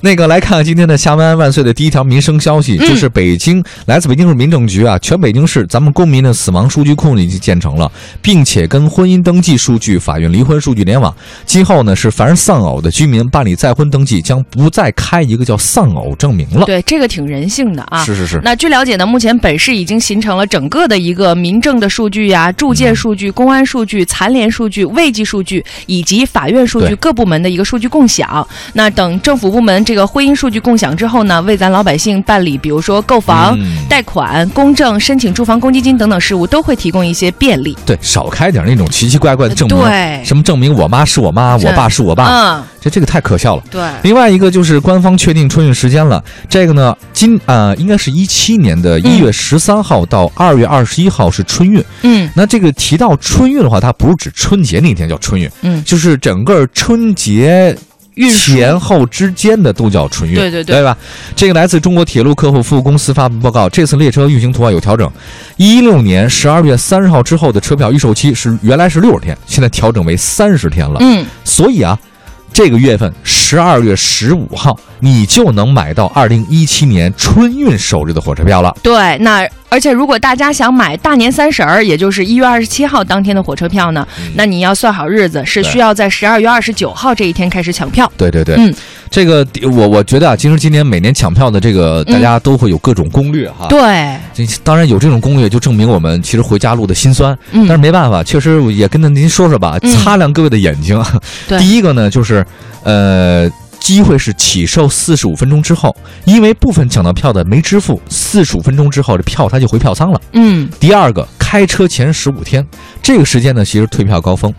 那个来看看今天的“厦门安万岁”的第一条民生消息，嗯就是北京来自北京市民政局啊，全北京市咱们公民的死亡数据库呢已经建成了，并且跟婚姻登记数据、法院离婚数据联网。今后呢，是凡是丧偶的居民办理再婚登记，将不再开一个叫丧偶证明了。对，这个挺人性的啊。是是是，那据了解呢，目前本市已经形成了整个的一个民政的数据呀、住嗯建数据、公安数据、残联数据、卫计数据以及法院数对据各部门的一个数据共享。那等政府部门这个婚姻数据共享之后呢，为咱老百姓办理，比如说购房、嗯贷款、公证、申请住房公积金等等事务，都会提供一些便利。对，少开点那种奇奇怪怪的证明，啊对什么证明我妈是我妈，是我爸是我爸，嗯，这这个太可笑了。对，另外一个就是官方确定春运时间了，这个呢，今呃应该是一七年的一月十三号到二月二十一号是春运。嗯那这个提到春运的话，它不是指春节那天叫春运，嗯，就是整个春节运输前后之间的都叫春运，对对对对吧？这个来自中国铁路客户服务公司发布报告，这次列车运行图啊有调整，一六年十二月三十号之后的车票预售期是原来是六十天，现在调整为三十天了。嗯，所以啊，这个月份十二月十五号，你就能买到二零一七年春运首日的火车票了。对，那而且如果大家想买大年三十儿，也就是一月二十七号当天的火车票呢，嗯那你要算好日子，是对需要在十二月二十九号这一天开始抢票。对对对，嗯这个我我觉得啊，其实今年每年抢票的这个大家都会有各种攻略哈。嗯对，这当然有这种攻略，就证明我们其实回家路的辛酸。但是嗯，没办法，确实也跟着您说说吧，嗯擦亮各位的眼睛。 对第一个呢，就是呃，机会是起售四十五分钟之后，因为部分抢到票的没支付，四十五分钟之后这票它就回票仓了。嗯，第二个，开车前十五天，这个时间呢，其实退票高峰。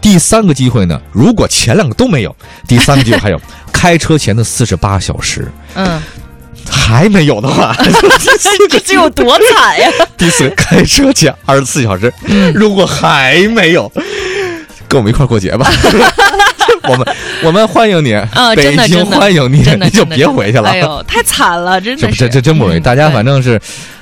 第三个机会呢，如果前两个都没有，第三个机会还有开车前的四十八小时嗯，还没有的 话，这这有多惨 呀！第四个开车前二十四小时，如果还没有，跟我们一块儿过节吧。 我们我们欢迎你，啊北真的京真的欢迎你，真的，你就真的别真的回去了。哎呦，太惨了，真这的不是，这这真不容易，嗯大家对反正是，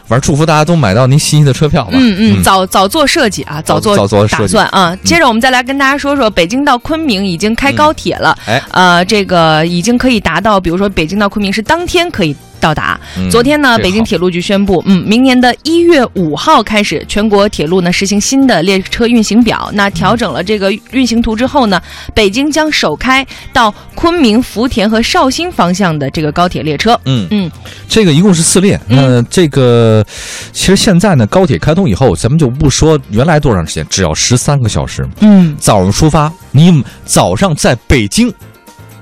反正祝福大家都买到您心仪的车票吧。嗯嗯，早早做设计啊，早做早做设计嗯打算啊。接着我们再来跟大家说说，北京到昆明已经开高铁了，哎呃，这个已经可以达到，比如说北京到昆明是当天可以到达。嗯昨天这呢，个北京好铁路局宣布，嗯，明年的一月五号开始，全国铁路呢实行新的列车运行表。那嗯调整了这个运行图之后呢，北京将首开到昆明、福田和绍兴方向的这个高铁列车。嗯嗯，这个一共是四列。那、这个其实现在呢，高铁开通以后，咱们就不说原来多长时间，只要十三个小时。嗯，早上出发，你早上在北京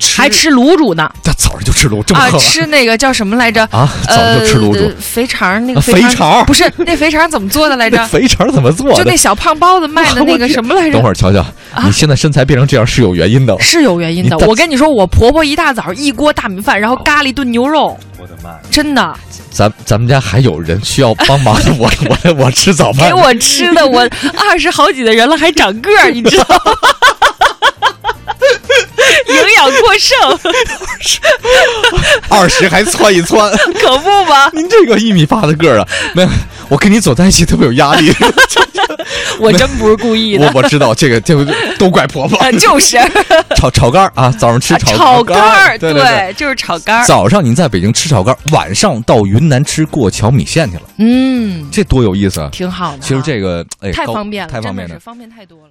吃，还吃卤煮呢他早上就吃卤，这么啊，饿吃那个叫什么来着？啊早上就吃卤呃煮，、肥肠儿那啊个肥肠儿不是那肥肠儿怎么做的 来那着？肥肠怎么做就的那？小胖包子卖的那 我个天什么来等着？会儿瞧瞧，啊你现在身材变成这样是有原因的。是有原因的你。大我跟你说，我婆婆一大早一锅大米饭，然后咖喱炖牛肉，我的妈！真的咱咱们家还有人需要帮 忙，我我我吃早饭给。我吃的，我二十好几的人了还长个儿，你知道 吗？营养过剩，二十还窜一窜，可不吗？您这个一米八的个儿啊，没有，我跟你走在一起特别有压 力。我真不是故意我的，。我知道这个，这个都怪婆婆就是炒炒肝儿哎啊，早上吃炒炒肝肝儿，对对。就是炒肝儿。早上您在北京吃炒肝儿，晚上到云南吃过桥米线去了，嗯，这多有意思啊！挺好的啊。其实这个哎，太高方便了，太方真便的了是。方便太多了。